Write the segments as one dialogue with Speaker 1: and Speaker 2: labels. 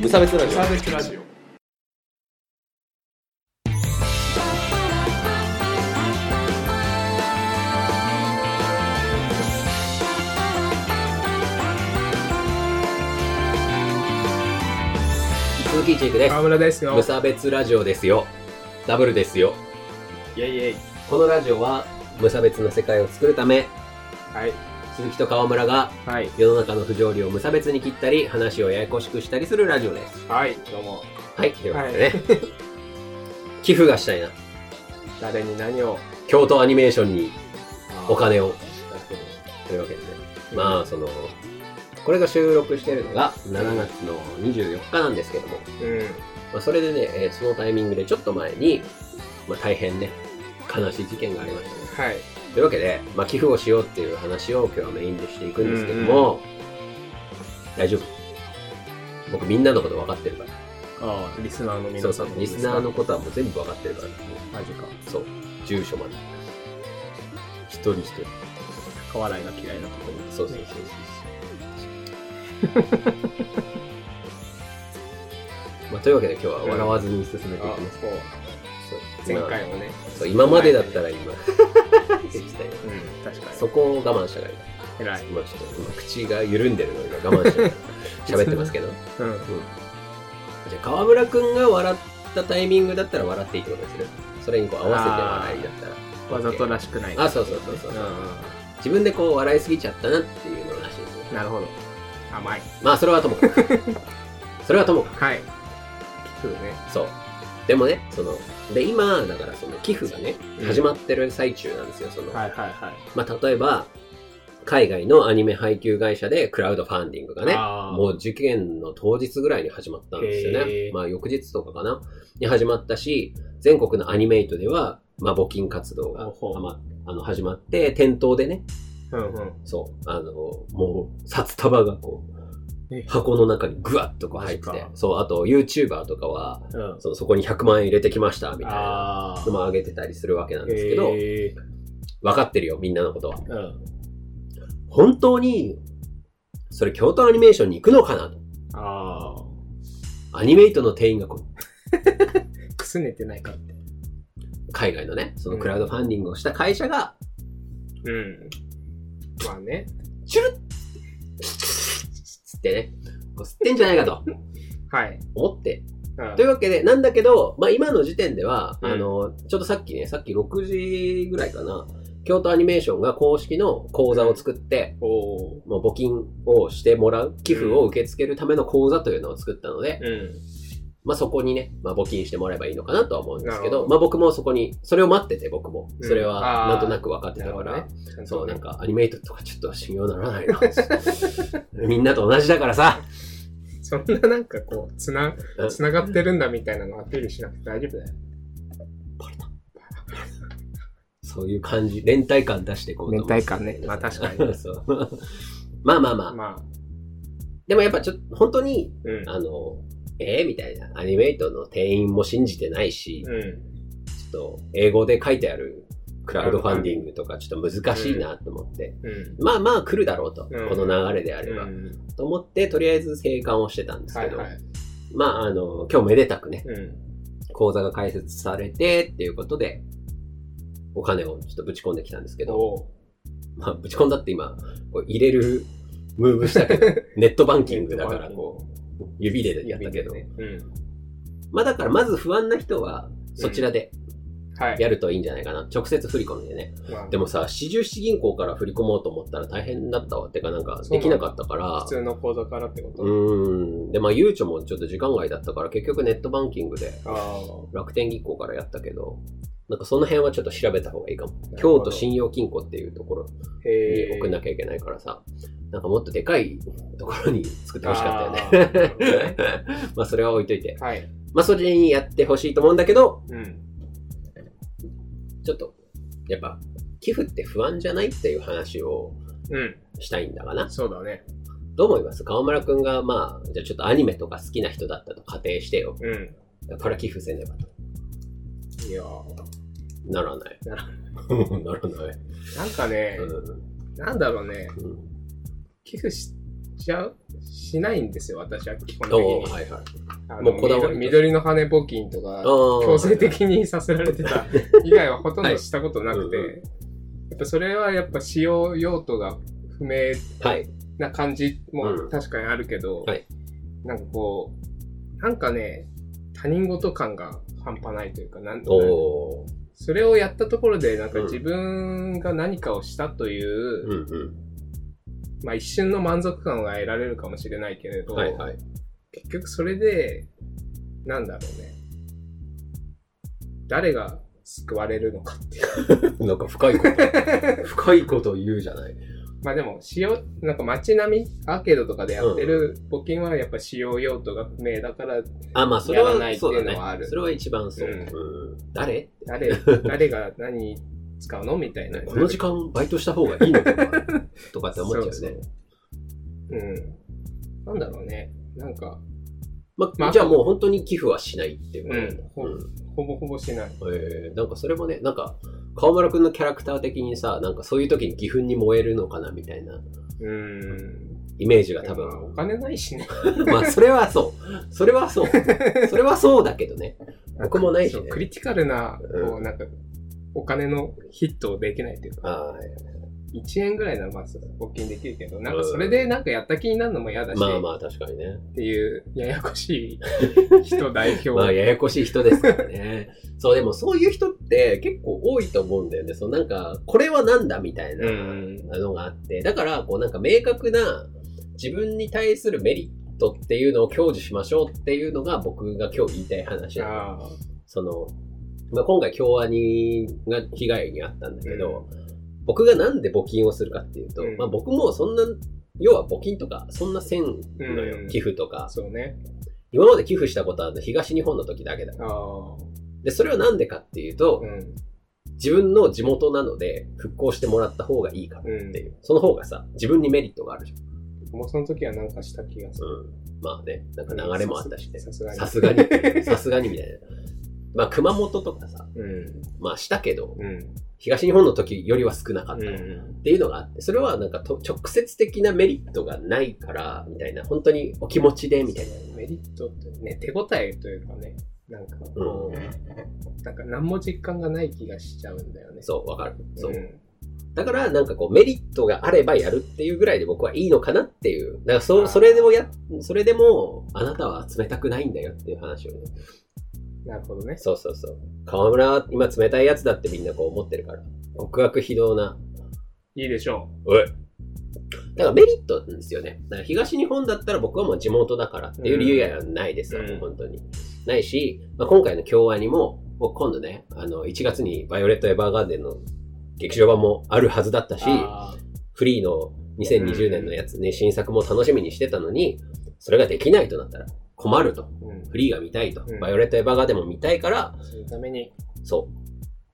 Speaker 1: 無差別ラジオ
Speaker 2: サービスラジオ
Speaker 1: 鈴木チークです
Speaker 2: 川村ですよ
Speaker 1: 無差別ラジオですよダブルですよ
Speaker 2: イェイイェイ
Speaker 1: このラジオは無差別な世界を作るため
Speaker 2: はい
Speaker 1: 鈴木と川村が
Speaker 2: はい
Speaker 1: 世の中の不条理を無差別に切ったり話をややこしくしたりするラジオです
Speaker 2: はいどうも
Speaker 1: はいということでね、寄付がしたいな
Speaker 2: 誰に何を
Speaker 1: 京都アニメーションにお金を
Speaker 2: だけど
Speaker 1: というわけでねまあそのこれが収録してるのが7月の24日なんですけども、
Speaker 2: う
Speaker 1: まあ、それでね、えーそのタイミングでちょっと前に、まあ、大変ね悲しい事件がありましたね
Speaker 2: んはい
Speaker 1: というわけで、まあ、寄付をしようっていう話を今日はメインでしていくんですけども、大丈夫僕みんなのこと分かってるから
Speaker 2: ああリスナーの皆
Speaker 1: そう
Speaker 2: さ
Speaker 1: そ
Speaker 2: ん
Speaker 1: う
Speaker 2: も
Speaker 1: リスナーのことはもう全部分かってるから
Speaker 2: マジか
Speaker 1: そう住所まで一人一人
Speaker 2: 高笑いが嫌いなことに
Speaker 1: そうそうそうそうまあ、というわけで今日は笑わずに進めていき
Speaker 2: あ
Speaker 1: ます、
Speaker 2: そう
Speaker 1: そう
Speaker 2: 前
Speaker 1: 今
Speaker 2: 回もね
Speaker 1: そう今までだったら今って言ってたよ
Speaker 2: うん確かに
Speaker 1: そこを我慢したから今
Speaker 2: 偉い
Speaker 1: 今ちょっと今口が緩んでるので我慢 して喋ってますけど
Speaker 2: うん
Speaker 1: じゃあ川村くんが笑ったタイミングだったら笑っていいってことですねそれにこう合わせて笑いだったら
Speaker 2: わざとらしくない
Speaker 1: あそうそうそうそううん自分でこう笑いすぎちゃったなっていうのらしいですね
Speaker 2: なるほど甘い
Speaker 1: まあそれはともかく それはともか
Speaker 2: はいそうね
Speaker 1: くそうでもねそので今だからその寄付がね
Speaker 2: うん
Speaker 1: 始まってる最中なんですよその、
Speaker 2: はいはいはい
Speaker 1: まあ、例えば、海外のアニメ配給会社でクラウドファンディングがね、
Speaker 2: あー
Speaker 1: もう事件の当日ぐらいに始まったんですよ
Speaker 2: へ
Speaker 1: ね。
Speaker 2: ー
Speaker 1: まあ、翌日とかかな、に始まったし、全国のアニメイトでは、まあ、募金活動が、
Speaker 2: ほう
Speaker 1: まあ、あの、始まって、店頭でね、
Speaker 2: うんうん
Speaker 1: そう、あの、もう、札束がこう
Speaker 2: え、
Speaker 1: 箱の中にぐわっとこう入って
Speaker 2: マジ
Speaker 1: て
Speaker 2: か、
Speaker 1: そう、あと YouTuber とかは、
Speaker 2: うん
Speaker 1: そのそこに100万円入れてきました、みたいな
Speaker 2: あ
Speaker 1: のも上げてたりするわけなんですけど、
Speaker 2: え
Speaker 1: 分かってるよ、みんなのことは。
Speaker 2: ーうん
Speaker 1: 本当に、それ京都アニメーションに行くのかなと。
Speaker 2: ああ
Speaker 1: アニメイトの店員がこう、
Speaker 2: くすねてないかって
Speaker 1: 海外のね、そのクラウドファンディングをした会社が、
Speaker 2: うんまあね
Speaker 1: チュルッつってね、こう吸ってんじゃないかと
Speaker 2: はい
Speaker 1: 思って。
Speaker 2: うん
Speaker 1: というわけで、なんだけど、まあ今の時点では、
Speaker 2: うん
Speaker 1: あの、ちょっとさっきね、さっき6時ぐらいかな、京都アニメーションが公式の講座を作って、
Speaker 2: おお
Speaker 1: もう募金をしてもらう、寄付を受け付けるための講座というのを作ったので、
Speaker 2: うん
Speaker 1: まあ、そこにね、まあ、募金してもらえばいいのかなとは思うんですけ
Speaker 2: なる
Speaker 1: ど、
Speaker 2: ほど
Speaker 1: まあ、僕もそこに、それを待ってて、僕も。
Speaker 2: うん
Speaker 1: それ
Speaker 2: あ
Speaker 1: は、
Speaker 2: ー
Speaker 1: なんとなく分かってたから、
Speaker 2: ちゃと
Speaker 1: そう、なんか、アニメイトとかちょっと信用ならないな。 みんなと同じだからさ。
Speaker 2: そんななんかこうつな
Speaker 1: うん
Speaker 2: つながってるんだみたいなのアピールしなくて大丈夫だよ
Speaker 1: そういう感じ、連帯感出していこうと思う。
Speaker 2: 感ねまあ確かに
Speaker 1: そう。 まあまあまあ。
Speaker 2: まあ
Speaker 1: でもやっぱちょっと、本当に、
Speaker 2: うん
Speaker 1: あの、えー、みたいな。アニメイトの店員も信じてないし、
Speaker 2: うん
Speaker 1: ちょっと、英語で書いてあるクラウドファンディングとか、ちょっと難しいなと思って。
Speaker 2: うん
Speaker 1: まあまあ来るだろうと、
Speaker 2: うん
Speaker 1: この流れであれば、
Speaker 2: うん
Speaker 1: と思ってとりあえず生還をしてたんです
Speaker 2: は
Speaker 1: け
Speaker 2: い
Speaker 1: ど、
Speaker 2: はい
Speaker 1: まああの今日めでたくね
Speaker 2: うん
Speaker 1: 講座が開設されてっていうことでお金をちょっとぶち込んできたんですけど、
Speaker 2: おー
Speaker 1: まあぶち込んだって今こう入れるムーブした けどネットバンキングだからこう指でやったけど、
Speaker 2: 指でね
Speaker 1: まあだからまず不安な人はそちらで
Speaker 2: うんはい
Speaker 1: やるといいんじゃないかな、直接振り込んでね
Speaker 2: まあ
Speaker 1: でもさ四十七銀行から振り込もうと思ったら大変だったわってかなんかできなかったから
Speaker 2: 普通の口座からってこと
Speaker 1: うーん。で、まあ、ゆうちょもちょっと時間外だったから、結局ネットバンキングで
Speaker 2: あ
Speaker 1: 楽天銀行からやったけど、なんかその辺はちょっと調べた方がいいかも
Speaker 2: ほ。ど
Speaker 1: 京都信用金庫っていうところ
Speaker 2: あへ
Speaker 1: に
Speaker 2: え
Speaker 1: 送んなきゃいけないからさ、なんかもっとでかいところに作ってほしかったよ
Speaker 2: あーなるほど
Speaker 1: ね
Speaker 2: ね。
Speaker 1: まあそれは置いといて。
Speaker 2: はい
Speaker 1: まあそれにやってほしいと思うんだけど、
Speaker 2: うん
Speaker 1: ちょっと、やっぱ、寄付って不安じゃないっていう話を
Speaker 2: うん
Speaker 1: したいんだがな。
Speaker 2: そうだね
Speaker 1: どう思います川村くんが、まあ、じゃあちょっとアニメとか好きな人だったと仮定してよ。
Speaker 2: うん
Speaker 1: これは寄付せねばと。
Speaker 2: いやー
Speaker 1: ならない。
Speaker 2: なら
Speaker 1: ならない。
Speaker 2: なんかね
Speaker 1: うん
Speaker 2: なんだろうね
Speaker 1: うん
Speaker 2: 寄付しちゃうしないんですよ、私は基本的
Speaker 1: お
Speaker 2: に
Speaker 1: ー。はいはい。
Speaker 2: あの
Speaker 1: もうこだわり
Speaker 2: 緑の羽募金とか、強
Speaker 1: 強
Speaker 2: 制的にさせられて た以外はほとんどしたことなくて、
Speaker 1: はいうん
Speaker 2: やっぱそれはやっぱ使用用途が不明
Speaker 1: はい。
Speaker 2: な感じ
Speaker 1: う
Speaker 2: も
Speaker 1: ん
Speaker 2: 確かにあるけど、
Speaker 1: はい
Speaker 2: なんかこう、なんかね、他人事感が半端ないというか、なん
Speaker 1: お
Speaker 2: とか、
Speaker 1: おー。
Speaker 2: それをやったところで、なんか
Speaker 1: うん
Speaker 2: 自分が何かをしたという、
Speaker 1: うんうん。
Speaker 2: まあ一瞬の満足感が得られるかもしれないけれど、
Speaker 1: はいはい。
Speaker 2: 結局それで、なんだろうね。誰が救われるのかっていう。
Speaker 1: なんか深い こと、深いこと言うじゃない。
Speaker 2: まあでも、使用、なんか街並み、アーケードとかでやってる募金はやっぱ使用用途が不明だから、
Speaker 1: あ、まあそれは
Speaker 2: やらないって
Speaker 1: そう
Speaker 2: い
Speaker 1: だ
Speaker 2: うのはあ
Speaker 1: ね
Speaker 2: る。
Speaker 1: それは一番そう。
Speaker 2: うん
Speaker 1: うん誰
Speaker 2: 誰、誰が何に使うのみたいな。
Speaker 1: この時間バイトした方がいいのかなとかって思っちゃう
Speaker 2: そ
Speaker 1: よ
Speaker 2: う
Speaker 1: ね。
Speaker 2: そううん。なんだろうね。なんか、
Speaker 1: ま
Speaker 2: ま
Speaker 1: あ
Speaker 2: あ
Speaker 1: じゃあもう本当に寄付はしないっていう
Speaker 2: う
Speaker 1: こと
Speaker 2: ん。ほ
Speaker 1: うん
Speaker 2: ほぼほぼしない。
Speaker 1: えー、なんかそれもね、なんか、川村くんのキャラクター的にさ、なんかそういう時に義憤に燃えるのかなみたいな
Speaker 2: うん。
Speaker 1: イメージが多
Speaker 2: まあお
Speaker 1: 分。
Speaker 2: 金ないしね。
Speaker 1: まあそれはそう。それはそう。それはそうだけど ね。僕もないしね
Speaker 2: そうクリティカルな、
Speaker 1: うん
Speaker 2: こう、なんか、お金のヒットをできないというか、
Speaker 1: は
Speaker 2: 1円ぐらいならまあ、募金できるけど、なんかそれでなんかやった気になるのも嫌だ
Speaker 1: い。
Speaker 2: し、
Speaker 1: まあまあ確かにね。
Speaker 2: っていう、ややこ しい人代表。
Speaker 1: まあややこしい人ですからね。そう、でもそういう人って結構多いと思うんだよね。そのなんか、これはなんだみたいな
Speaker 2: うん
Speaker 1: のがあって。だから、こうなんか明確な自分に対するメリットっていうのを享受しましょうっていうのが僕が今日言いたい話なの
Speaker 2: ああ
Speaker 1: その、まあ、今回京アニが被害に遭ったんだけど、僕がなんで募金をするかっていうと、
Speaker 2: うん
Speaker 1: まあ、僕もそんな、要は募金とか、そんなせんのよ、
Speaker 2: うん
Speaker 1: 寄付とか。
Speaker 2: そうね。
Speaker 1: 今まで寄付したことはあの東日本の時だけだ。
Speaker 2: ああ、
Speaker 1: で、それはなんでかっていうと
Speaker 2: う、ん。
Speaker 1: 自分の地元なので復興してもらった方がいいからっ
Speaker 2: うん
Speaker 1: て。いう。その方がさ、自分にメリットがあるじゃん。
Speaker 2: 僕もその時はなんかした気がする。
Speaker 1: うん。まあね、なんか流れもあったしね。
Speaker 2: さすがに
Speaker 1: さ。すがに、さすがにみたいな。まあ、熊本とかさ、
Speaker 2: うん。
Speaker 1: まあしたけど、
Speaker 2: うん。
Speaker 1: 東日本の時よりは少なかった。
Speaker 2: うん
Speaker 1: っていうのがあって、それはなんかと直接的なメリットがないから、みたいな、本当にお気持ちで、みたいな。
Speaker 2: メリットってね、手応えというかね、なんかこう、なんか何も実感がない気がしちゃうんだよね。
Speaker 1: そう、わかる。そう。
Speaker 2: ん
Speaker 1: だから、なんかこう、メリットがあればやるっていうぐらいで僕はいいのかなっていう。だから、
Speaker 2: あ
Speaker 1: そ、
Speaker 2: ー
Speaker 1: それでもや、それでも、あなたは冷たくないんだよっていう話をね。
Speaker 2: なるほどね。
Speaker 1: そうそうそう。河村は今冷たいやつだってみんなこう思ってるから。極悪非道な。
Speaker 2: いいでしょ
Speaker 1: おい。だからメリットなんですよね。だから東日本だったら僕はもう地元だからっていう理由やないですよ、
Speaker 2: うん
Speaker 1: もう本当に。ないし、まあ、今回の京アニも、僕今度ね、あの、1月にバイオレット・エヴァーガーデンの劇場版もあるはずだった
Speaker 2: う。
Speaker 1: し、
Speaker 2: あ
Speaker 1: フリーの2020年のやつね、新作も楽しみにしてたのに、それができないとなったら困ると。
Speaker 2: ーうん。
Speaker 1: フリーが見たいと
Speaker 2: うん。
Speaker 1: バイオレット・エヴァーガーデンも見たいから、
Speaker 2: そのために、
Speaker 1: そ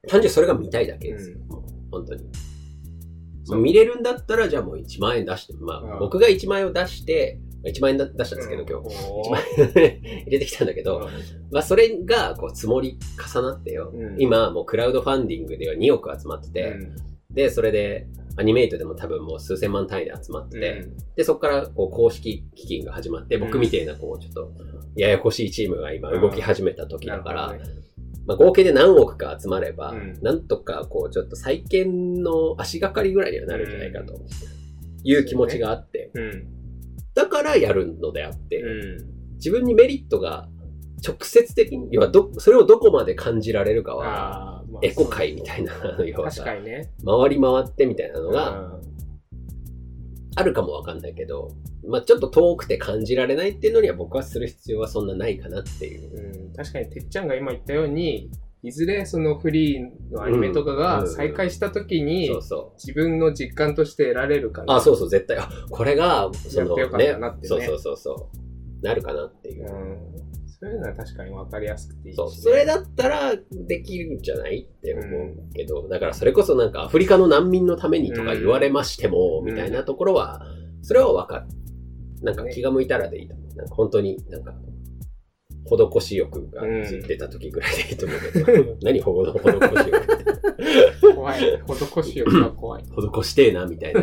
Speaker 1: う。単純にそれが見たいだけですよ。
Speaker 2: う
Speaker 1: もう本当に。
Speaker 2: そう
Speaker 1: 見れるんだったら、じゃあもう1万円出して、ま
Speaker 2: う
Speaker 1: あ、
Speaker 2: ん
Speaker 1: 僕が1万円を出して、1万円だ出したんですけど、今日。1万 円入れてきたんだけど、まあ、それが、こう、積もり重なってよ。
Speaker 2: うん
Speaker 1: 今、もうクラウドファンディングでは2億集まってて、
Speaker 2: うん
Speaker 1: で、それで、アニメイトでも多分もう数千万単位で集まってて、で、そこから、こう、公式基金が始まって、僕みたいな、こう、ちょっと、ややこしいチームが今動き始めた時だから、
Speaker 2: なるほどね
Speaker 1: まあ、合計で何億か集まれば、
Speaker 2: うん
Speaker 1: なんとかこうちょっと再建の足がかりぐらいにはなるんじゃないかという気持ちがあって、
Speaker 2: うん。
Speaker 1: だからやるのであって、
Speaker 2: うん。
Speaker 1: 自分にメリットが直接的に、要はど、それをどこまで感じられるかは、
Speaker 2: あーまあ
Speaker 1: エコ界みたいな、あの要は
Speaker 2: 確
Speaker 1: さ
Speaker 2: かにね。
Speaker 1: 回り回ってみたいなのが
Speaker 2: うん
Speaker 1: あるかもわかんないけど、まあちょっと遠くて感じられないっていうのには僕はする必要はそんなないかなっていう。
Speaker 2: うん確かに、てっちゃんが今言ったように、いずれそのフリーのアニメとかが再開した時に
Speaker 1: そ、うそう。
Speaker 2: 自分の実感として得られるから。
Speaker 1: あ、そうそう、絶対。あこれが、そ
Speaker 2: やっ
Speaker 1: の
Speaker 2: てよかったなってね
Speaker 1: そうそうそうそう。なるかなっていう。
Speaker 2: うん。そういうのは確かに分かりやすくていいし
Speaker 1: そ
Speaker 2: ね
Speaker 1: う。それだったら、できるんじゃないって思
Speaker 2: う
Speaker 1: うけど、だからそれこそなんか、アフリカの難民のためにとか言われましても、
Speaker 2: う
Speaker 1: み
Speaker 2: ん
Speaker 1: たいなところは、それはわかる。なんか
Speaker 2: ね
Speaker 1: 気が向いたらでいいと思う。なんか本当になんか、施し欲が出た時ぐらいでいいと思うけ ど、何ほど施し欲って。
Speaker 2: 怖い。施しよりは怖い。
Speaker 1: 施してえな、みたいな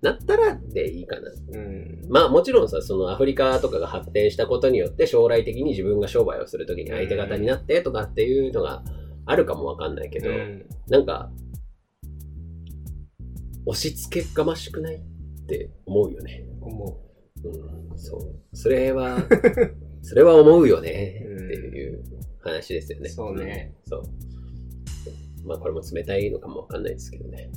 Speaker 1: なったらでいいかな。
Speaker 2: うん。
Speaker 1: まあもちろんさ、そのアフリカとかが発展したことによって将来的に自分が商売をするときに相手方になってとかっていうのがあるかもわかんないけど、
Speaker 2: うん
Speaker 1: なんか、押し付けがましくないって思うよね。
Speaker 2: 思
Speaker 1: うん、そう。それ は、それは思うよね
Speaker 2: うん
Speaker 1: っていう話ですよね。
Speaker 2: そうね
Speaker 1: うん。そう。まあこれも冷たいのかもわかんないですけどね。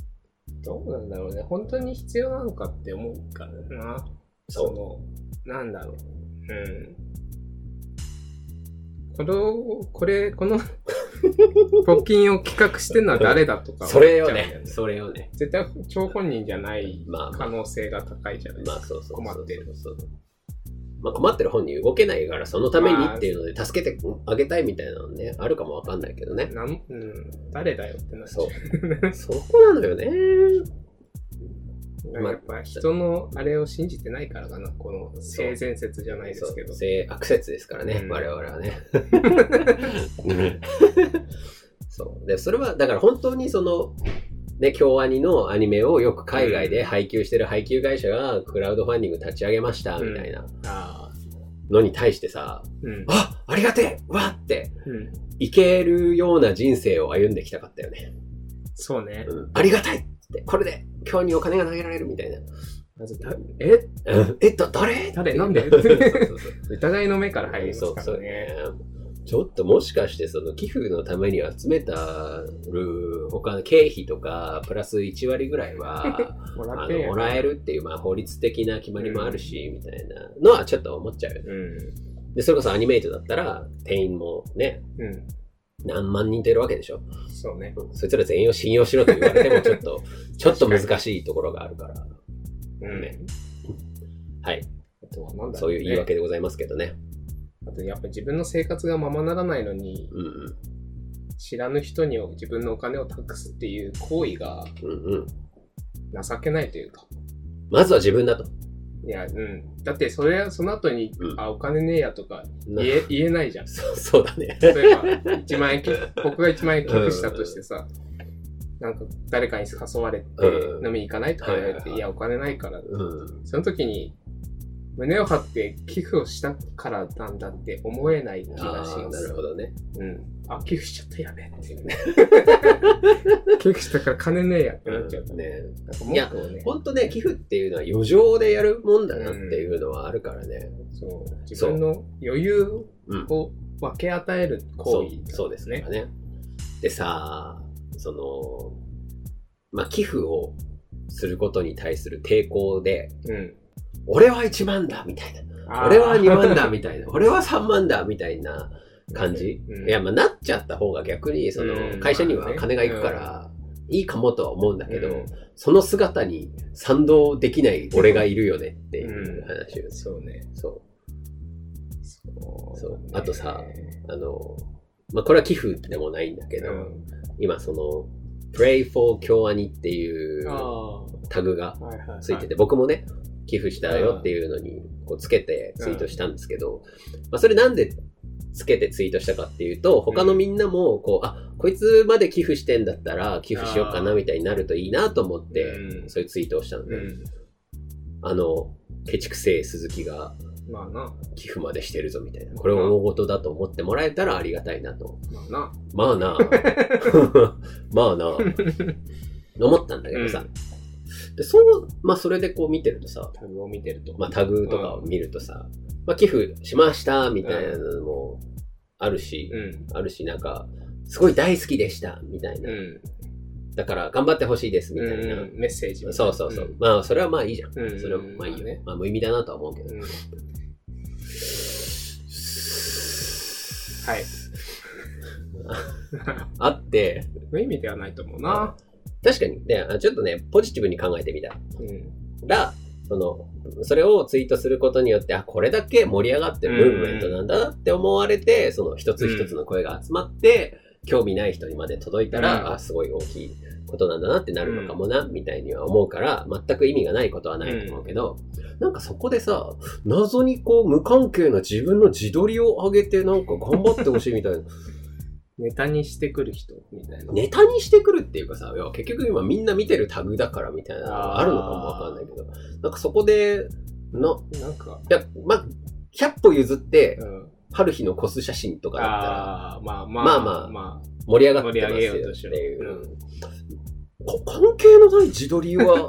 Speaker 2: う。どうなんだろうね。本当に必要なのかって思うからな。
Speaker 1: そう。
Speaker 2: その、なんだろう。うん。この、これ、この、募金を企画してるのは誰だとか
Speaker 1: それよ
Speaker 2: 思っちゃうんだ
Speaker 1: ね。それよね。
Speaker 2: 絶対、張本人じゃない
Speaker 1: まあまあ
Speaker 2: 可能性が高いじゃないです
Speaker 1: ま
Speaker 2: か。
Speaker 1: あそうそうそう
Speaker 2: 困ってる
Speaker 1: そうそうまあ困ってる本に動けないから、そのためにっていうので、助けてあげたいみたいなのね、あるかもわかんないけどね。
Speaker 2: なんうん、誰だよってなっちゃ。
Speaker 1: そう う。そこなのよね。
Speaker 2: だからやっぱ人のあれを信じてないからかな、この性善説じゃないですけど。
Speaker 1: 性悪説ですからね、
Speaker 2: うん
Speaker 1: 我々はね。そう。で、それは、だから本当にその、ね、京アニのアニメをよく海外で配給してる配給会社がクラウドファンディング立ち上げました、みたいな
Speaker 2: ああ。
Speaker 1: のに対してさ、
Speaker 2: うん。
Speaker 1: あありがてえわって
Speaker 2: うん。
Speaker 1: いけるような人生を歩んできたかったよね。
Speaker 2: そうね。
Speaker 1: うん、ありがたいって、これで、今日にお金が投げられるみたいな。
Speaker 2: まずだえ
Speaker 1: うんえ、だ、誰
Speaker 2: 誰なんで
Speaker 1: そうそうそう
Speaker 2: 疑いの目から入りますから
Speaker 1: そうそう
Speaker 2: ね。
Speaker 1: ちょっともしかして、その寄付のために集めたる、他の経費とか、プラス1割ぐらい は、
Speaker 2: もら
Speaker 1: あ
Speaker 2: ってん
Speaker 1: の、
Speaker 2: や
Speaker 1: もらえるっていう、まあ、法律的な決まりもあるし、みたいなのはちょっと思っちゃうよね。
Speaker 2: う
Speaker 1: で、それこそアニメイトだったら、店員もね、
Speaker 2: ん。う
Speaker 1: 何万人といるわけでしょ。
Speaker 2: ん。そうね。
Speaker 1: そいつら全員を信用しろと言われても、ちょっ と、ちょっと難しいところがあるから。
Speaker 2: うん。
Speaker 1: はい。
Speaker 2: あとはなんだろ
Speaker 1: そう
Speaker 2: ね
Speaker 1: ういう言い訳でございますけどね。
Speaker 2: あとやっぱ自分の生活がままならないのに、
Speaker 1: うんうん。
Speaker 2: 知らぬ人に自分のお金を託すっていう行為が
Speaker 1: うんうん。
Speaker 2: 情けないというか。
Speaker 1: まずは自分だと。
Speaker 2: いや、うん。だってそれはその後に、
Speaker 1: うん
Speaker 2: あ、お金ねえやとか
Speaker 1: な
Speaker 2: 言え言えな いじゃん。
Speaker 1: そうそうだね。
Speaker 2: 例えば、1万円寄付、僕が1万円寄付したとしてさ、なんか誰かに誘われて
Speaker 1: うん
Speaker 2: 飲みに行かないとか言われて、
Speaker 1: はいはいはい
Speaker 2: いや、お金ないから、
Speaker 1: うん。
Speaker 2: その時に胸を張って寄付をしたからなんだって思えない気がし
Speaker 1: ああ、
Speaker 2: ま
Speaker 1: なる
Speaker 2: す
Speaker 1: ほ。どね。
Speaker 2: うん。あ、寄付しちゃったやべえって いうね。寄付したから金ねえやってなっちゃうから。
Speaker 1: ね。
Speaker 2: なんか文句をね、
Speaker 1: ほんとね、寄付っていうのは余剰でやるもんだなっていうのはあるからね。
Speaker 2: そう自分の余裕
Speaker 1: うん。
Speaker 2: を分け与える行為だ
Speaker 1: そうそうですね。ねでさ、その、まあ、寄付をすることに対する抵抗で、
Speaker 2: うん。
Speaker 1: 俺は1万だみたいな。
Speaker 2: あー
Speaker 1: 俺は2万だみたいな。俺は3万だみたいな感じ。
Speaker 2: うん
Speaker 1: いや、まあ、なっちゃった方が逆に、その
Speaker 2: う、ん
Speaker 1: 会社には金が行くから、いいかもとは思うんだけど、その姿に賛同できない俺がいるよねっていう話
Speaker 2: う
Speaker 1: を
Speaker 2: ん、そうね。
Speaker 1: そ
Speaker 2: そう
Speaker 1: そう
Speaker 2: ね
Speaker 1: あとさう。あの、まあ、これは寄付でもないんだけど、
Speaker 2: うん
Speaker 1: 今その、Pray for 京アニっていう
Speaker 2: ああ、は
Speaker 1: タグが
Speaker 2: いはいはい。
Speaker 1: ついてて、僕もね、寄付したよっていうのにこうつけてツイートしたんですけど、まあ、それなんでつけてツイートしたかっていうと、他のみんなも、こう、あ、こいつまで寄付してんだったら寄付しようかなみたいになるといいなと思って
Speaker 2: う、ん
Speaker 1: そういうツイートをしたの
Speaker 2: う
Speaker 1: で、
Speaker 2: ん。
Speaker 1: あの、ケチくせえ鈴木が
Speaker 2: まあな、
Speaker 1: 寄付までしてるぞみたいな。これを大事だと思ってもらえたらありがたいなと。
Speaker 2: まあな。
Speaker 1: まあな まあな思ったんだけどさ。で、そう、まあそれでこう見てるとさ、
Speaker 2: タグを見てると。
Speaker 1: まあタグとかを見るとさ、まあ寄付しましたみたいなのもあるし、
Speaker 2: うん。
Speaker 1: あるしなんか、すごい大好きでしたみたいうな。
Speaker 2: ん。
Speaker 1: だから頑張ってほしいですみたい
Speaker 2: うんメッセージ。
Speaker 1: な。そうそうそう。まあそれはまあいいじゃん。
Speaker 2: うん。うん。
Speaker 1: それはまあいいよね。まあ無意味だなとは思うけど
Speaker 2: う。ん。はい。
Speaker 1: あって、
Speaker 2: 無意味ではないと思うな。
Speaker 1: 確かに、ね、あちょっとね、ポジティブに考えてみた
Speaker 2: うん。
Speaker 1: ら、その、それをツイートすることによって、あ、これだけ盛り上がってムーブメントなんだなって思われて、その一つ一つの声が集まって、興味ない人にまで届いたら、
Speaker 2: うん
Speaker 1: あ、すごい大きいことなんだなってなるのかもな、みたいには思うから、全く意味がないことはないと思うけど、なんかそこでさ、 謎にこう無関係な自分の自撮りを上げてなんか頑張ってほしいみたいな。
Speaker 2: ネタにしてくる人みたいな。
Speaker 1: ネタにしてくるっていうかさ、いや結局今みんな見てるタグだからみたいなのがあるのかもわかんないけど、なんかそこで、な、
Speaker 2: なんか、
Speaker 1: いや、ま、100歩譲って
Speaker 2: う、ん。
Speaker 1: 春日のコス写真とかだったら
Speaker 2: ああ、まあまあ。
Speaker 1: まあまあ盛り上がってますよって
Speaker 2: 盛り上げ
Speaker 1: い
Speaker 2: よう
Speaker 1: う
Speaker 2: と。
Speaker 1: こ関係のない自撮り は、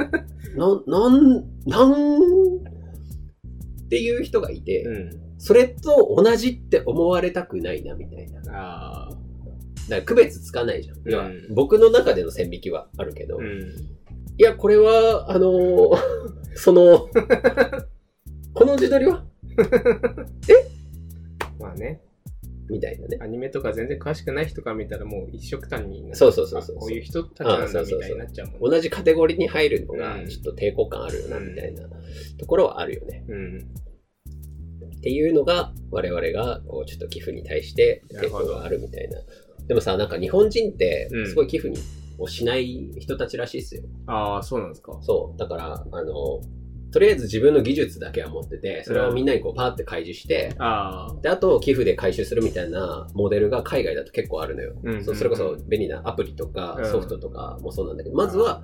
Speaker 1: な、なん、なん、っていう人がいて、
Speaker 2: うん。
Speaker 1: それと同じって思われたくないな、みたいな。だか
Speaker 2: ああ。
Speaker 1: ら区別つかないじゃん。
Speaker 2: ん
Speaker 1: 要は僕の中での線引きはあるけど、
Speaker 2: う
Speaker 1: い
Speaker 2: ん。
Speaker 1: や、これは、あのー そ の、この自撮りは
Speaker 2: まあね、
Speaker 1: みたいなね。
Speaker 2: アニメとか全然詳しくない人から見たらもう一色単になる
Speaker 1: そうそうそうそう
Speaker 2: あこういう人たちなんだみたいになっちゃうもんね。
Speaker 1: 同じカテゴリーに入るのが
Speaker 2: うん
Speaker 1: ちょっと抵抗感あるよな、みたいなところはあるよね。
Speaker 2: うん。
Speaker 1: っていうのが我々がこうちょっと寄付に対して抵抗があるみたいなでもさなんか日本人って
Speaker 2: うん
Speaker 1: すごい寄付にをしない人たちらしいですよ、
Speaker 2: ああ、そうなんですか。
Speaker 1: そうだからあのとりあえず自分の技術だけは持っててそれをみんなにこうパーって開示して、
Speaker 2: ああ。
Speaker 1: であと寄付で回収するみたいなモデルが海外だと結構あるのよ、
Speaker 2: うん
Speaker 1: そうそれこそ便利なアプリとか
Speaker 2: うん
Speaker 1: ソフトとかもそうなんだけど、まずは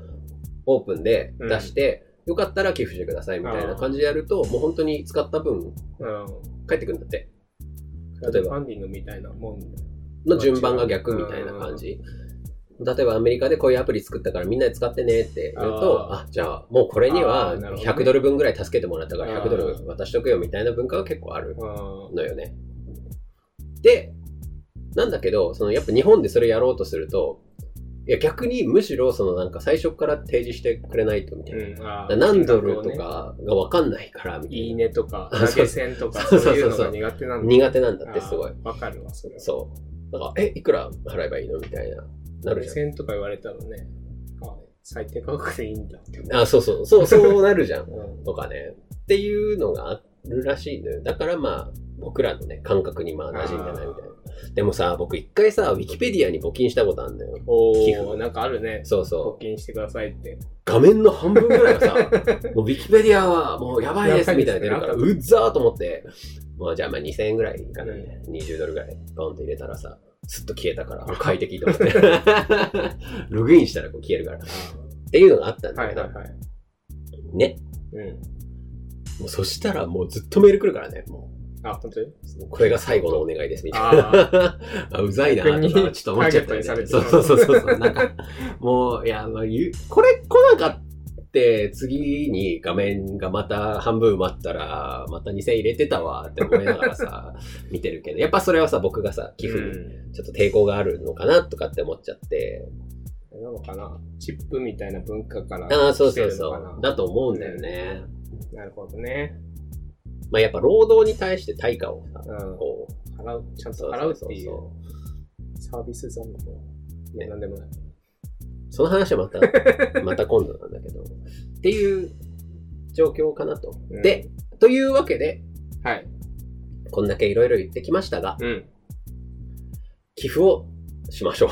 Speaker 1: オープンで出して、よかったら寄付してくださいみたいな感じでやるともう本当に使った分
Speaker 2: うん。
Speaker 1: 返ってくるんだって
Speaker 2: 例えば。ファンディングみたいなもん。
Speaker 1: の順番が逆みたいな感じ。例えばアメリカでこういうアプリ作ったからみんなで使ってねって言うと、あ
Speaker 2: あ
Speaker 1: じゃあもうこれに
Speaker 2: あ
Speaker 1: は
Speaker 2: ーなるほどね
Speaker 1: 100ドル分ぐらい助けてもらったから
Speaker 2: あー
Speaker 1: 100ドル渡しとくよみたいな文化が結構ある
Speaker 2: うん。
Speaker 1: のよね。で、なんだけど、そのやっぱ日本でそれやろうとすると、いや逆にむしろそのなんか最初から提示してくれないとみたいな。
Speaker 2: うん、あ
Speaker 1: だ
Speaker 2: ー
Speaker 1: から何ドルと
Speaker 2: なるほどね
Speaker 1: かがわかんないからみた
Speaker 2: い
Speaker 1: い
Speaker 2: い
Speaker 1: な。
Speaker 2: ねとか、
Speaker 1: あそう
Speaker 2: 投げ銭とか、
Speaker 1: そ
Speaker 2: そうう
Speaker 1: そう
Speaker 2: い
Speaker 1: そうう
Speaker 2: の
Speaker 1: そう
Speaker 2: が苦手なんだ。
Speaker 1: 苦手なんだってすごい
Speaker 2: あ。ー。わかるわ、それは。
Speaker 1: そう。だから、え、いくら払えばいいのみたいな。なるじ
Speaker 2: 投
Speaker 1: ゃ
Speaker 2: げ
Speaker 1: ん。
Speaker 2: 銭とか言われたらね、あ最低価格でいいんだって思う。
Speaker 1: あ、そうそう、そう、そうなるじゃん。
Speaker 2: うん
Speaker 1: とかね。っていうのがあるらしいのよ。だからまあ、僕らのね、感覚にまあ馴染んでないみたいな。でもさ、僕一回さ、ウィキペディアに募金したことあるんだよ。
Speaker 2: お
Speaker 1: 寄付
Speaker 2: ー、なんかあるね。
Speaker 1: そうそ
Speaker 2: 募金してくださいって。
Speaker 1: う。画面の半分ぐらいが さ、もうウィキペディアはもうやばいですみたいな出るから、
Speaker 2: やば
Speaker 1: うっざーと思って、もうじゃあまあ2000円ぐらいかな、ね20ドルぐらい、ポンと入れたらさ、すっと消えたから、もう快適と思って。 ログインしたらこう消えるから。っていうのがあったんだ
Speaker 2: は
Speaker 1: け
Speaker 2: い
Speaker 1: ど、
Speaker 2: はいはい。
Speaker 1: ね。
Speaker 2: うん。
Speaker 1: もうそしたらもうずっとメール来るからね、もう。
Speaker 2: あ、本当に
Speaker 1: これが最後のお願いですみたいな。
Speaker 2: あ
Speaker 1: あうざいなとか、ちょっと思っちゃったよね
Speaker 2: 逆に
Speaker 1: そうそうそうそう。なんか、もう、いや、まあ、言うこれ来なかって、次に画面がまた半分埋まったら、また2000入れてたわって思いながら さ、見てるけど、やっぱそれはさ、僕がさ、寄付
Speaker 2: う
Speaker 1: に
Speaker 2: ん
Speaker 1: ちょっと抵抗があるのかなとかって思っちゃって、
Speaker 2: あれなのかなチップみたいな文化から。
Speaker 1: ああ、そう
Speaker 2: 来て
Speaker 1: そう
Speaker 2: るの
Speaker 1: そ
Speaker 2: か
Speaker 1: う。
Speaker 2: な
Speaker 1: だと思うんだよね。
Speaker 2: なるほどね。
Speaker 1: まあやっぱ労働に対して対価をさ、
Speaker 2: うん。
Speaker 1: こう、
Speaker 2: 払う、ちゃんと
Speaker 1: そう
Speaker 2: 払
Speaker 1: そうう
Speaker 2: って
Speaker 1: そう
Speaker 2: い
Speaker 1: そう
Speaker 2: う。サービス残業。い
Speaker 1: ね
Speaker 2: や、なんでもない。
Speaker 1: その話はま た、また今度なんだけど。っていう状況かなと。
Speaker 2: うん
Speaker 1: で、というわけで、
Speaker 2: はい。
Speaker 1: こんだけいろいろ言ってきましたが、
Speaker 2: うん。
Speaker 1: 寄付をしましょう。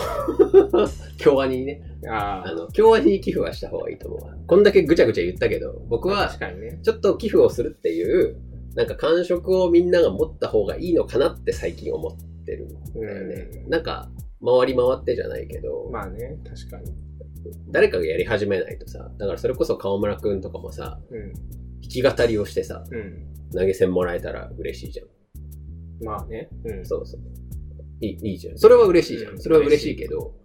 Speaker 1: 京アニにね。
Speaker 2: あ
Speaker 1: あ
Speaker 2: あ。
Speaker 1: の、京アニに寄付はした方がいいと思うわ。こんだけぐちゃぐちゃ言ったけど、僕は
Speaker 2: 確、かにね。
Speaker 1: ちょっと寄付をするっていう、なんか感触をみんなが持った方がいいのかなって最近思ってるんだよね。
Speaker 2: う
Speaker 1: なんか、回り回ってじゃないけど、
Speaker 2: まあね、確かに。
Speaker 1: 誰かがやり始めないとさ、だからそれこそ川村くんとかもさ、
Speaker 2: うん。
Speaker 1: 弾き語りをしてさ、
Speaker 2: うん。
Speaker 1: 投げ銭もらえたら嬉しいじゃん。
Speaker 2: まあね。うん。
Speaker 1: そうそう。いい、いいじゃん。それは嬉しいじゃ。
Speaker 2: うんん
Speaker 1: それは嬉しいけど、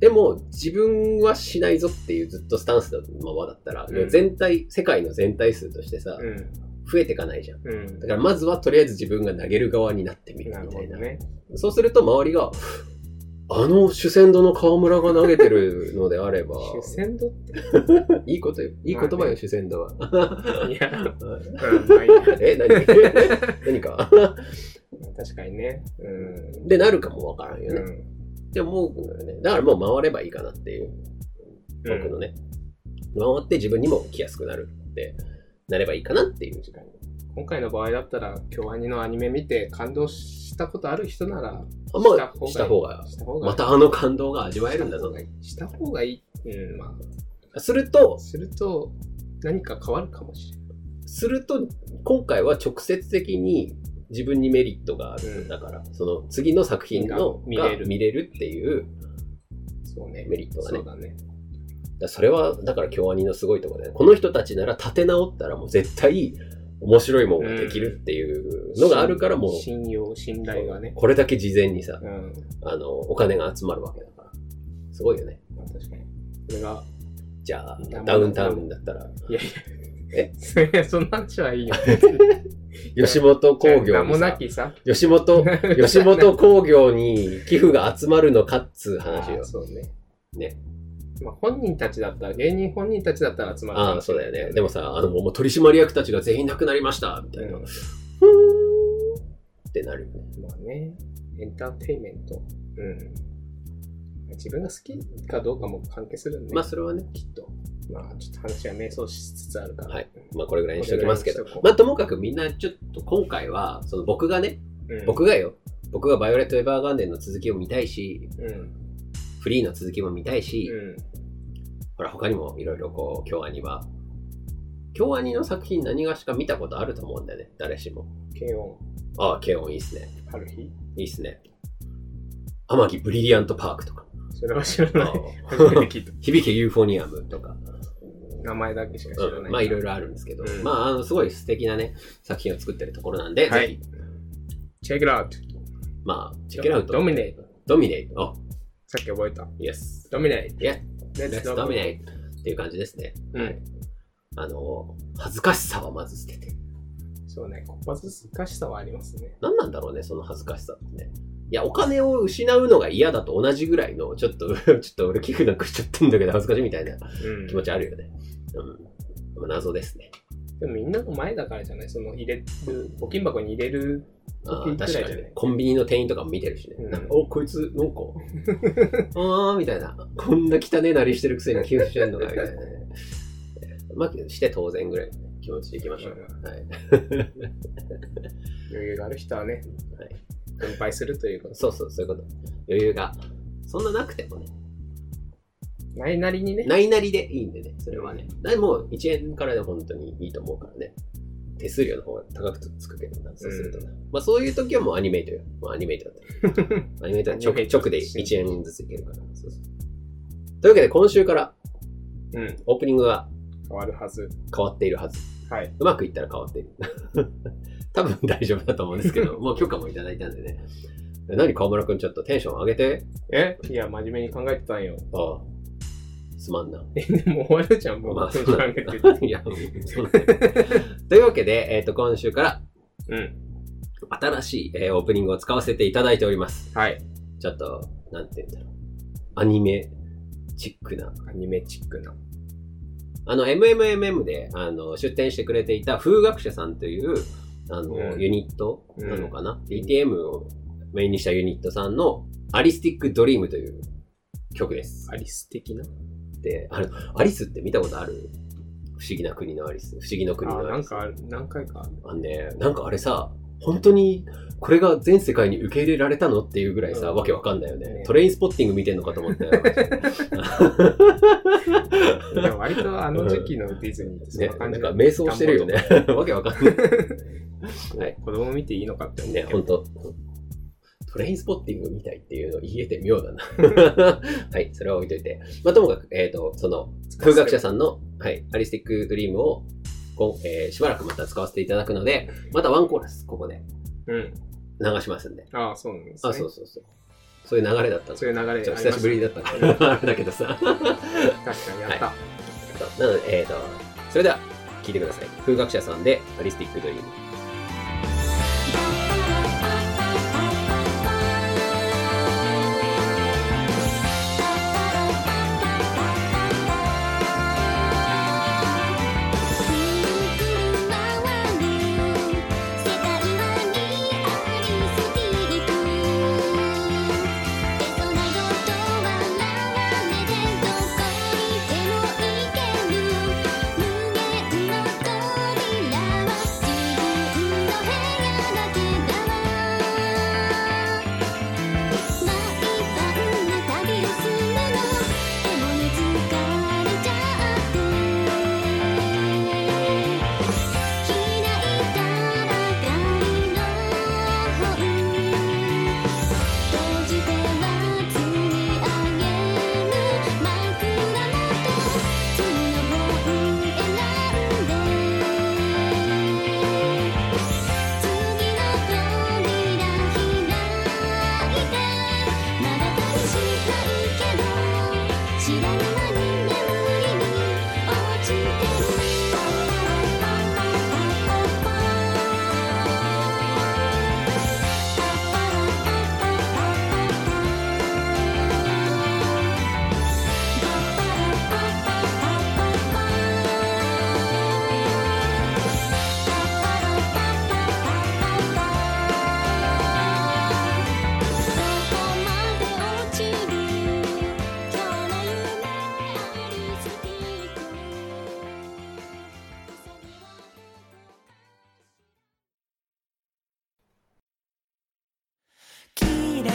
Speaker 1: でも自分はしないぞっていうずっとスタンスのままだったら、
Speaker 2: うん
Speaker 1: 全体、世界の全体数としてさ、
Speaker 2: うん。
Speaker 1: 増えていかないじゃん。
Speaker 2: うん
Speaker 1: だ。からまずはとりあえず自分が投げる側になってみる
Speaker 2: なる
Speaker 1: み
Speaker 2: ほ
Speaker 1: たいな。
Speaker 2: どね。
Speaker 1: そうすると周りが、あの主戦度の河村が投げてるのであれば、
Speaker 2: 主戦度って。
Speaker 1: いいことよ。いい言葉
Speaker 2: まあ
Speaker 1: よ、
Speaker 2: ね
Speaker 1: 主戦度は。
Speaker 2: いや、 うん、まあいいや
Speaker 1: え、何 何か
Speaker 2: 確かにね。うん。
Speaker 1: で、なるかもわからんよね。
Speaker 2: うん
Speaker 1: って思うんだよね。だからもう回ればいいかなっていう、僕のね。回って自分にも来やすくなるって、なればいいかなっていう時間。
Speaker 2: 今回の場合だったら、京アニのアニメ見て感動したことある人なら、
Speaker 1: あま
Speaker 2: した
Speaker 1: あ
Speaker 2: 方がいい
Speaker 1: した方が、
Speaker 2: した方がいい
Speaker 1: またあの感動が味わえるんだ
Speaker 2: した方
Speaker 1: ぞ。
Speaker 2: がいい。した方がいい。うん、ます
Speaker 1: ると
Speaker 2: あ、、すると、何か変わるかもしれない。
Speaker 1: すると、今回は直接的に自分にメリットがある、
Speaker 2: うん
Speaker 1: だから、その次の作品の
Speaker 2: が見れる
Speaker 1: が見れるっていう
Speaker 2: そうね。
Speaker 1: メリットがね。
Speaker 2: そうだね。
Speaker 1: だからそれは、だから京アニのすごいところで、この人たちなら立て直ったらもう絶対面白いもんができるっていうのがあるからもう、
Speaker 2: 信用、信頼がね。
Speaker 1: これだけ事前にさ、
Speaker 2: うん。
Speaker 1: あの、お金が集まるわけだから。すごいよね。
Speaker 2: まあ確かに。それが、
Speaker 1: じゃあ
Speaker 2: いや、
Speaker 1: ダウンタウンだったら、
Speaker 2: いやいや。え その話はいい よ。や
Speaker 1: 吉本興
Speaker 2: じゃあ
Speaker 1: 業
Speaker 2: 名
Speaker 1: に
Speaker 2: もな
Speaker 1: さ、
Speaker 2: きさ。
Speaker 1: 吉 本、吉本興業に寄付が集まるのかっつう話
Speaker 2: あー
Speaker 1: よ。
Speaker 2: そうね。
Speaker 1: ね。
Speaker 2: まあ本人たちだったら、芸人本人たちだったら集まる
Speaker 1: ああ、そうだよね。でもさ、あの、もう取締役たちが全員亡くなりました、みたいな。
Speaker 2: う
Speaker 1: ふー
Speaker 2: ん
Speaker 1: んってなるよね。
Speaker 2: まあね、エンターテインメント。うん。自分が好きかどうかも関係するんで、
Speaker 1: まあ、それはね、
Speaker 2: きっと。まあ、ちょっと話は迷走しつつあるから。
Speaker 1: はいまあ、これぐらいにしておきますけど
Speaker 2: これぐ。
Speaker 1: まあ、ともかくみんなちょっと今回は、その僕がね、
Speaker 2: うん、
Speaker 1: 僕がよ、僕がバイオレット・エヴァーガンデンの続きを見たいし、
Speaker 2: うん。うん。
Speaker 1: フリーの続きも見たいし、
Speaker 2: うん。
Speaker 1: ほら、他にもいろいろこう、京アニは、京アニの作品何がしか見たことあると思うんだよね、誰しも。
Speaker 2: 軽音、
Speaker 1: ああ、軽音いいっすね。
Speaker 2: 春日
Speaker 1: いいっすね。天城ブリリアントパークとか、
Speaker 2: それは知らない。
Speaker 1: あ
Speaker 2: 初
Speaker 1: あ
Speaker 2: めて聞いた。
Speaker 1: 響けユーフォニアムとか、
Speaker 2: 名前だけしか知らない。
Speaker 1: うんまあいろいろあるんですけど、
Speaker 2: うん
Speaker 1: まああのすごい素敵なね、作品を作ってるところなんで、
Speaker 2: は
Speaker 1: ぜ
Speaker 2: い
Speaker 1: ひ、。
Speaker 2: チェックアウト。
Speaker 1: まあ、チェックアウト。
Speaker 2: ドミネイト。
Speaker 1: ドミネイト。あ、
Speaker 2: さっき覚えた。
Speaker 1: イエス。
Speaker 2: ドミネイト。
Speaker 1: イエ
Speaker 2: Let's
Speaker 1: ス。レッツドミネイトっていう感じですね。
Speaker 2: うん
Speaker 1: はいあの、恥ずかしさはまず捨てて。
Speaker 2: そうね、こっぱずかしさはありますね。
Speaker 1: 何なんだろうね、その恥ずかしさってね。いや、お金を失うのが嫌だと同じぐらいの、ちょっと、 ちょっと俺寄付なくしちゃってんだけど恥ずかしいみたいな
Speaker 2: うん
Speaker 1: 気持ちあるよね。うん。謎ですね。
Speaker 2: でもみんなの前だからじゃないその入れる、募金箱に入れる
Speaker 1: あー
Speaker 2: 時ぐらい
Speaker 1: 確
Speaker 2: じゃ
Speaker 1: か
Speaker 2: ない
Speaker 1: にね。コンビニの店員とかも見てるしね。
Speaker 2: うん
Speaker 1: なんか、お、こいつ、なん か、あーみたいな。こんな汚ねなりしてるくせに寄付してんのか、みたいなね。まあ、して当然ぐらいの気持ちでいきましょう。はい。
Speaker 2: 余裕がある人はね、
Speaker 1: はい
Speaker 2: 分配するということ。
Speaker 1: そうそう、そういうこと。余裕が。そんななくてもね。
Speaker 2: ないなりにね。
Speaker 1: ないなりでいいんでね、それはね。だもう1円からで本当にいいと思うからね。手数料の方が高くつくけどな、そうするとな。まあそういう時はもうアニメイト よ。まあアニメイトだったら。アニメイトは直直で1円ずついけるから。そうそうというわけで今週から
Speaker 2: うん。
Speaker 1: オープニングが
Speaker 2: 変わるはず。
Speaker 1: 変わっているはず。
Speaker 2: はい。
Speaker 1: うまくいったら変わっている。 多分大丈夫だと思うんですけ ど、もう許可もいただいたんでね。何川村くんちょっとテンション上げて。
Speaker 2: えいや、真面目に考えてたんよ。
Speaker 1: ああ。すまんな。
Speaker 2: でも終わるじゃん、も
Speaker 1: まあ
Speaker 2: う。テ
Speaker 1: そ
Speaker 2: ン
Speaker 1: う
Speaker 2: ション
Speaker 1: だ
Speaker 2: 上げ て。
Speaker 1: いや、そうなんだというわけで、えっ、と、今週から
Speaker 2: うん。
Speaker 1: 新しい、えーオープニングを使わせていただいております。
Speaker 2: はい。
Speaker 1: ちょっと、なんて言うんだろう。アニメチックな。
Speaker 2: アニメチックな。
Speaker 1: あの、MMMM で、あの、出展してくれていた風学者さんという、あの、
Speaker 2: うん
Speaker 1: ユニットなのかな、?DTM をメインにしたユニットさんの、アリスティックドリームという曲です。
Speaker 2: アリス的な
Speaker 1: で、あの、アリスって見たことある不思議な国のアリス。不思議の国
Speaker 2: あ、
Speaker 1: のア
Speaker 2: な
Speaker 1: リ
Speaker 2: ん
Speaker 1: ス。
Speaker 2: かある、何回かある。
Speaker 1: あのね、なんかあれさ、本当にこれが全世界に受け入れられたのっていうぐらいさ、
Speaker 2: うん
Speaker 1: わけわかんないよね。
Speaker 2: ね
Speaker 1: トレインスポッティング見てんのかと 思ったよ。
Speaker 2: でも割とあの時期のディズニーってそん
Speaker 1: ね、
Speaker 2: な感
Speaker 1: な
Speaker 2: じ
Speaker 1: んか迷走してるよ。ね。わけわかんない。はい
Speaker 2: 子供見ていいのかって思うけ
Speaker 1: ね、
Speaker 2: ど。
Speaker 1: 本当トレインスポッティングみたいっていうの言えて妙だ な。はい、それは置いといて。まあ、ともかく、えっ、と、その、風学者さんの、はい、アリスティックドリームを、こんえーしばらくまた使わせていただくので、またワンコーラス、ここで
Speaker 2: うん。
Speaker 1: 流しますんで。
Speaker 2: ああ、そうなんですね。
Speaker 1: あ、そうそうそう。そういう流れだったんです
Speaker 2: そういう流れありました
Speaker 1: 久しぶりだった から。あれだけどさ。
Speaker 2: 確かにやった。
Speaker 1: なので、えっ、と、それでは聞いてください。風学者さんで、アリスティックドリーム。
Speaker 3: 「世界はにあふれてる」「そなことはなめてどこにでも行ける」「無限の扉は自分してる」どこまで落ちる今日の夢ありすぎて
Speaker 4: 綺麗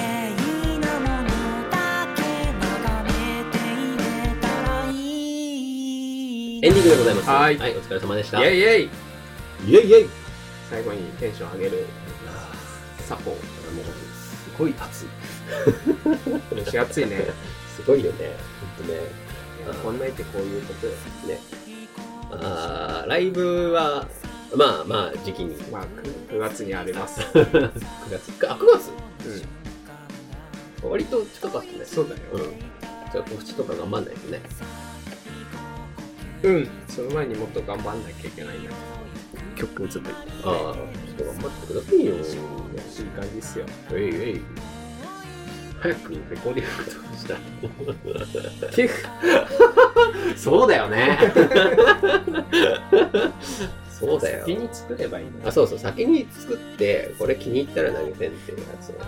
Speaker 4: なものだけ眺めていれたらいい
Speaker 1: エンディングでございます。
Speaker 2: はい
Speaker 1: お疲れ様でした。イ
Speaker 2: イェイイェイ
Speaker 1: ェイイェイ
Speaker 2: 最後にテンション上げるサポ
Speaker 1: もう、すごい暑い。
Speaker 2: 蒸し暑いね
Speaker 1: すごいよね。ほんとね。
Speaker 2: こんなってこういうことよ
Speaker 1: ね。あーライブは、まあまあ、時期に。
Speaker 2: まあ9月にあり ます
Speaker 1: 9月。あ、9月
Speaker 2: うん
Speaker 1: 割と近かったね。
Speaker 2: そうだよ
Speaker 1: うん。じゃあ告知とか頑張んないとね。
Speaker 2: うんその前にもっと頑張んなきゃいけないな曲作り
Speaker 1: ああ、ちょっと頑張ってくださいよ。
Speaker 2: いい感じっすよ
Speaker 1: えいえい。早くレコーディングとかしたい。
Speaker 2: 寄付
Speaker 1: そうだよね。そうだよ
Speaker 2: 先。に作ればいいんだ
Speaker 1: あ、そうそう、先に作って、これ気に入ったら投げてんっていうやつをやっ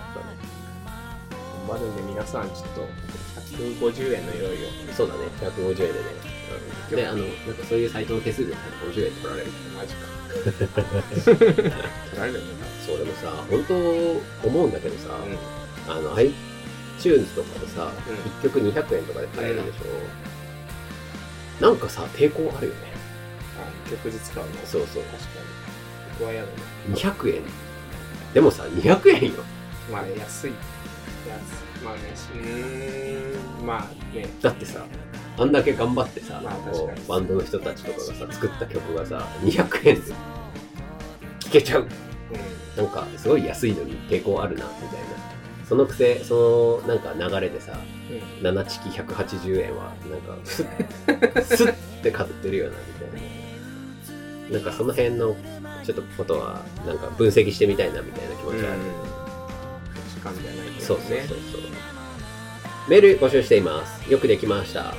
Speaker 1: たね
Speaker 2: 頑張るんで皆さんちょっと150円の用意を
Speaker 1: そうだね、150円でね。うん、で、あの、なんかそういうサイトの手数料150円取られる。
Speaker 2: マジか 取られるんだ
Speaker 1: そう、でもさ、本当思うんだけどさ、
Speaker 2: うん
Speaker 1: あの、iTunes とかでさ、
Speaker 2: うん
Speaker 1: 1曲200円とかで買えるでしょ。なんかさ、抵抗あるよね。
Speaker 2: あ曲ずつ買うの
Speaker 1: そうそう。
Speaker 2: 確かに僕は嫌だね
Speaker 1: 200円。でもさ、200円よ。
Speaker 2: まあ安い安いまあねしうーんまあね
Speaker 1: だってさ、あんだけ頑張ってさ、
Speaker 2: まあ
Speaker 1: こう
Speaker 2: 確かに
Speaker 1: バンドの人たちとかがさ、作った曲がさ、200円で聴けちゃう。
Speaker 2: う
Speaker 1: なんか、すごい安いのに抵抗あるな、みたいな。そのくせ、その、なんか流れでさ、
Speaker 2: ん、うん、
Speaker 1: 7チキ180円は、なんか、スッ、スッって買ってるよな、みたいな。なんかその辺の、ちょっとことは、なんか分析してみたいな、みたいな気持ちはある。
Speaker 2: 時間じゃないけ
Speaker 1: そ
Speaker 2: ど
Speaker 1: うそう
Speaker 2: ね
Speaker 1: そうそう。メール募集しています。よくできました。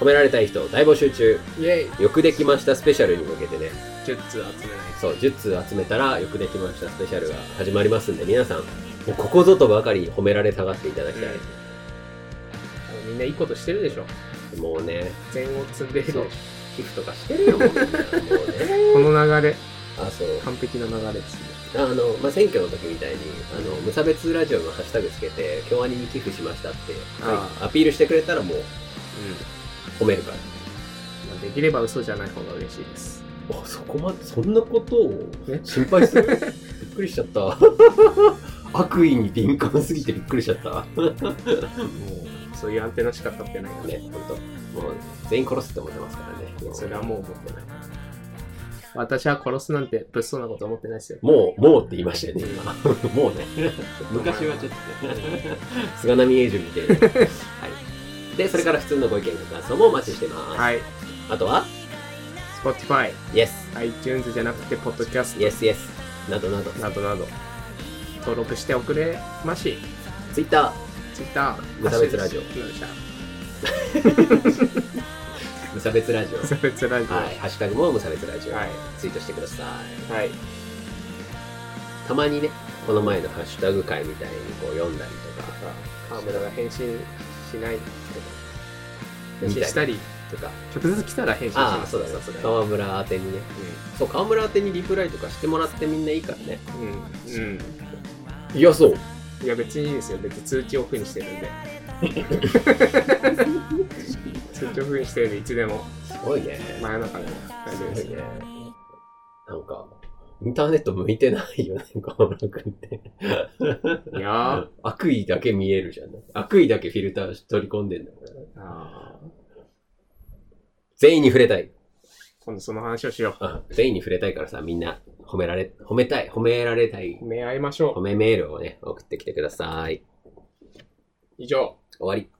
Speaker 1: 褒められたい人大募集中。
Speaker 2: イェイ
Speaker 1: よくできましたスペシャルに向けてね。
Speaker 2: 10通集めないと
Speaker 1: そう、10通集めたらよくできましたスペシャルが始まりますんで、皆さん、もうここぞとばかり褒められたがっていただきたい。
Speaker 2: みんないいことしてるでしょ
Speaker 1: もうね、
Speaker 2: 善を積んでいる
Speaker 1: そう
Speaker 2: でしょ、
Speaker 1: 寄付とかしてるよ、もうみんな。もうね。
Speaker 2: この流れ
Speaker 1: あ、そう。
Speaker 2: 完璧な流れですね
Speaker 1: あの、まあ、選挙の時みたいに、あの、無差別ラジオのハッシュタグつけて、共和に寄付しましたって、
Speaker 2: あ
Speaker 1: アピールしてくれたらもう褒めるから。
Speaker 2: うん、まあ、できれば嘘じゃない方が嬉しいです
Speaker 1: あそこまでそんなことを
Speaker 2: え
Speaker 1: 心配する びっくりしちゃった 悪意に敏感すぎてびっくりしちゃった
Speaker 2: もうそういうアンテナしか立ってないよね
Speaker 1: ね本当もう全員殺すって思ってますからね
Speaker 2: それはもう思ってない私は殺すなんて物騒なこと思ってないですよ
Speaker 1: もうもうって言いましたよね今 もうね昔はちょっと菅波エイジみたいな はいでそれから普通のご意見ご感想もお待ちしてます、
Speaker 2: はい
Speaker 1: あとは
Speaker 2: Spotify、
Speaker 1: Yes
Speaker 2: iTunes じゃなくて Podcast
Speaker 1: Yes Yes などなど
Speaker 2: などなど登録しておくれまし
Speaker 1: Twitter
Speaker 2: Twitter
Speaker 1: 無差別ラジオ
Speaker 2: ハッシュタグ
Speaker 1: 無差別ラジオ
Speaker 2: 無差別ラジオ
Speaker 1: はいハッシュタグも無差別ラジオ、
Speaker 2: はい
Speaker 1: ツイートしてください
Speaker 2: はい
Speaker 1: たまにねこの前のハッシュタグ会みたいにこう読んだりとか
Speaker 2: 河村が返信しない
Speaker 1: み
Speaker 2: 返信
Speaker 1: たい
Speaker 2: したり
Speaker 1: とか
Speaker 2: 直接来たら返信し
Speaker 1: あ
Speaker 2: ま
Speaker 1: あ
Speaker 2: す
Speaker 1: そうだ
Speaker 2: さ
Speaker 1: そう
Speaker 2: すが
Speaker 1: だ
Speaker 2: に
Speaker 1: 川村宛てにねそう川村宛てにリプライとかしてもらってみんないいからね
Speaker 2: うんうんうん
Speaker 1: いやそう
Speaker 2: いや別にいいですよ別に通知オフにしてるんで通知オフにしてるんでいつでも
Speaker 1: すごいね
Speaker 2: 真夜中でも大
Speaker 1: す
Speaker 2: 丈夫
Speaker 1: ご
Speaker 2: で
Speaker 1: い
Speaker 2: す
Speaker 1: ねなんかインターネット向いてないよね川村君って
Speaker 2: いやー
Speaker 1: 悪意だけ見えるじゃん悪意だけフィルター取り込んでんだから
Speaker 2: あー
Speaker 1: 全員に触れたい
Speaker 2: 今度その話をしよ
Speaker 1: あ全員に触れたいからさみんな褒められ褒めたい褒められたいう
Speaker 2: 目合いましょ
Speaker 1: 褒めメールをね送ってきてくださいう
Speaker 2: 以上
Speaker 1: 終わり